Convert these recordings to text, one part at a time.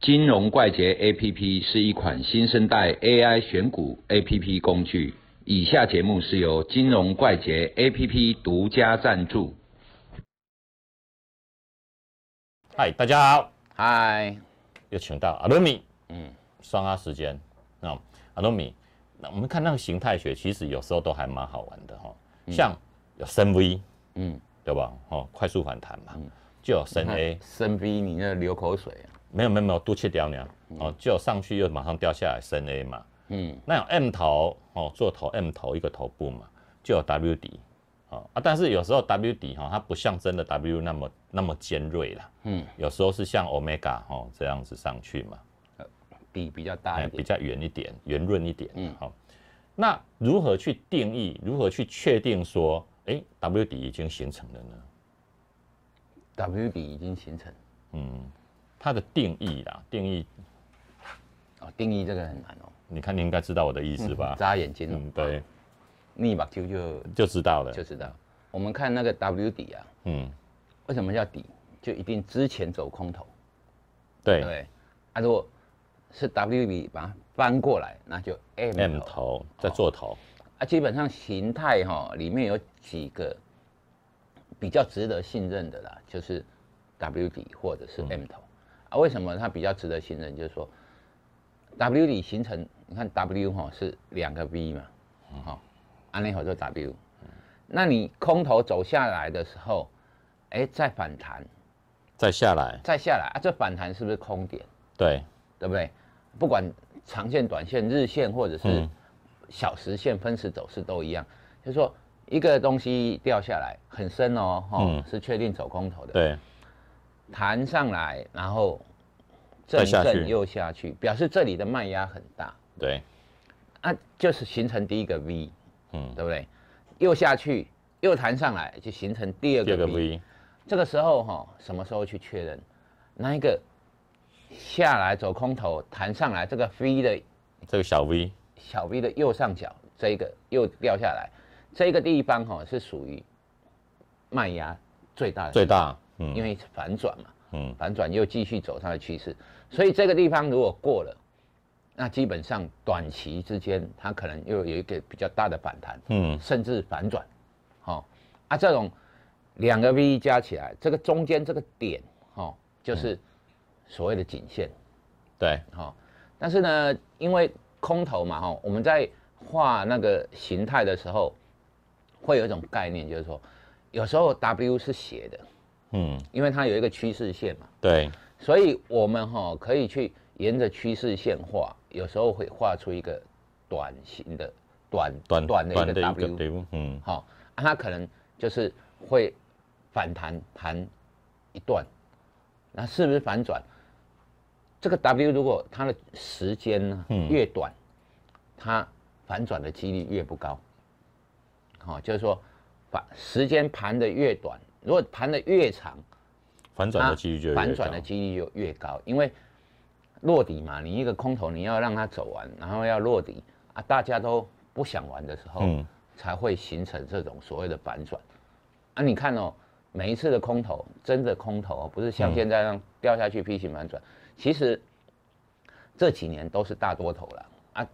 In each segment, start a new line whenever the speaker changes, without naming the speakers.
金融怪杰 APP 是一款新生代 AI 选股 APP 工具。以下节目是由金融怪杰 APP 独家赞助。
嗨，大家好，
嗨，
又请到阿罗米，
嗯
嗯，双阿时间，那、阿罗米，那我们看那个形态学，其实有时候都还蛮好玩的哈、哦像有深 V，
嗯，
对吧？哦，快速反弹嘛，
嗯
就有深 A，
深 B，你那流口水啊。
没有没有没有，多切掉呢，哦，就有上去又马上掉下来深 A 嘛，
嗯
那有 M 头哦，做头 M 头一个头部嘛，就有 W 底，哦啊，但是有时候 W 底哦哈、它不像真的 W 那么那么尖锐啦，
嗯
有时候是像 Omega 哦这样子上去嘛。
底比较大
哎，
一
比
点。
较圆一点，圆润一点。
嗯
嗯，好、那如何去定义？如何去确定说，哎、w 底已经形成了呢？
W 底已经形成。
它的定义啦，定义，
哦，定义这个很难哦，
你看你应该知道我的意思吧？
眨眼睛哦
嗯，对，
逆把 Q 就
就知道了。
就知道。我们看那个 W 底啊，
嗯，
为什么叫底？就一定之前走空头，
对
对不对？啊，如果是 W 底把它翻过来，那就 M
m
头。
头在做头，
啊，基本上形态哈、里面有几个比较值得信任的啦，就是 W 底或者是 M 头、啊。为什么它比较值得信任？就是说 W 底形成，你看 W 哈、是两个 V 嘛，好、安利合作 W。那你空头走下来的时候，哎、再反弹，
再下来，
再下来啊，这反弹是不是空点？
对，
对不对？不管长线、短线、日线或者是
嗯
小时线、分时走势都一样，就是说一个东西掉下来很深哦，哈、
嗯
是确定走空头的，
对，
弹上来然后震一
再下
震
去
又下去，表示这里的卖压很大
对，
啊，就是形成第一个 V，
嗯，
对不对？又下去又弹上来，就形成第二
第
个
二
V。
个 V，
这个时候哈、什么时候去确认？那一个下来走空头弹上来这个 V 的
这个小 V，
小 V 的右上角这一个又掉下来，这个地方哈、是属于卖压最大的，
最大，
啊因
嗯
为反转嘛，
嗯，
反转又继续走上的趋势，所以这个地方如果过了，那基本上短期之间它可能又有一个比较大的反弹，
嗯，
甚至反转，好、啊这种两个 V 加起来，这个中间这个点哦，就是所谓的颈线。
对，
哈、但是呢，因为空头嘛，哈、我们在画那个形态的时候，会有一种概念，就是说，有时候 W 是斜的，
嗯，
因为它有一个趋势线嘛，
对，
所以我们哈、可以去沿着趋势线画，有时候会画出一个短型的短
短
短的一个
的一
W，
个 W，嗯，
好、啊它可能就是会反弹弹一段，那是不是反转？这个 W 如果它的时间呢
嗯
越短，它反转的几率越不高。好、就是说，把时间盘的越短，如果盘的越长，
反转的几率就越
它啊反转
高
的几率就越高，因为落底嘛，你一个空头你要让它走完，然后要落底啊，大家都不想玩的时候，
嗯
才会形成这种所谓的反转。啊，你看哦，每一次的空头，真的空头哦，不是像现在这样掉下去 P 型反转，其实这几年都是大多头了啊，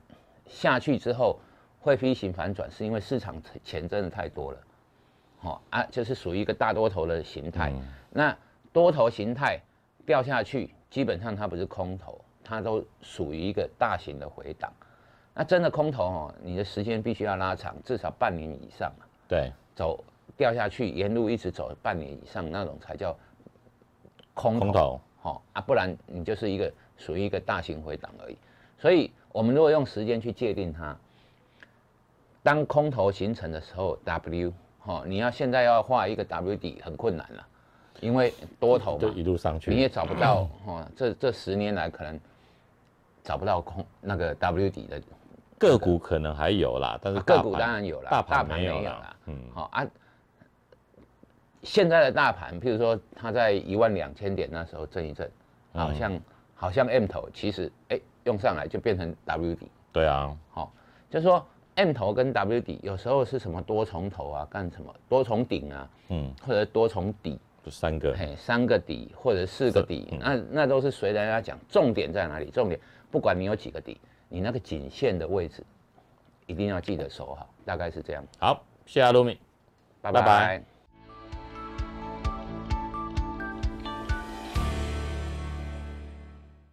下去之后会 P 型反转，是因为市场钱真的太多了。哦啊，就是属于一个大多头的形态。那多头形态掉下去，基本上它不是空头，它都属于一个大型的回档。那真的空头哦，你的时间必须要拉长，至少半年以上啊
对，
走掉下去，沿路一直走半年以上那种才叫空头。
空头，
哦啊，不然你就是一个属于一个大型回档而已。所以，我们如果用时间去界定它，当空头形成的时候，W 哦，你要现在要画一个 W 底很困难了，因为多头
就
嘛，
一路上去，
你也找不到哦，这这十年来可能找不到空那个 W 底的
个股可能还有啦，但是
啊个
大
股
盘
当然有啦，
大盘没
没
有
啦
啦。。
嗯，好、啊，现在的大盘，譬如说它在一万两千点那时候震一震，
嗯
好像、好像 M 头，其实哎、用上来就变成 W 底，
对啊，
好、就是说 M 头跟 W 底有时候是什么多重头啊，干什么多重顶啊，
嗯
或者多重底，
就三个，
嘿，三个底或者四个
嗯
底，那那都是随人家讲。重点在哪里？重点不管你有几个底，你那个颈线的位置一定要记得守好，大概是这样。
好，谢谢阿鲁米。
拜
拜
拜。
拜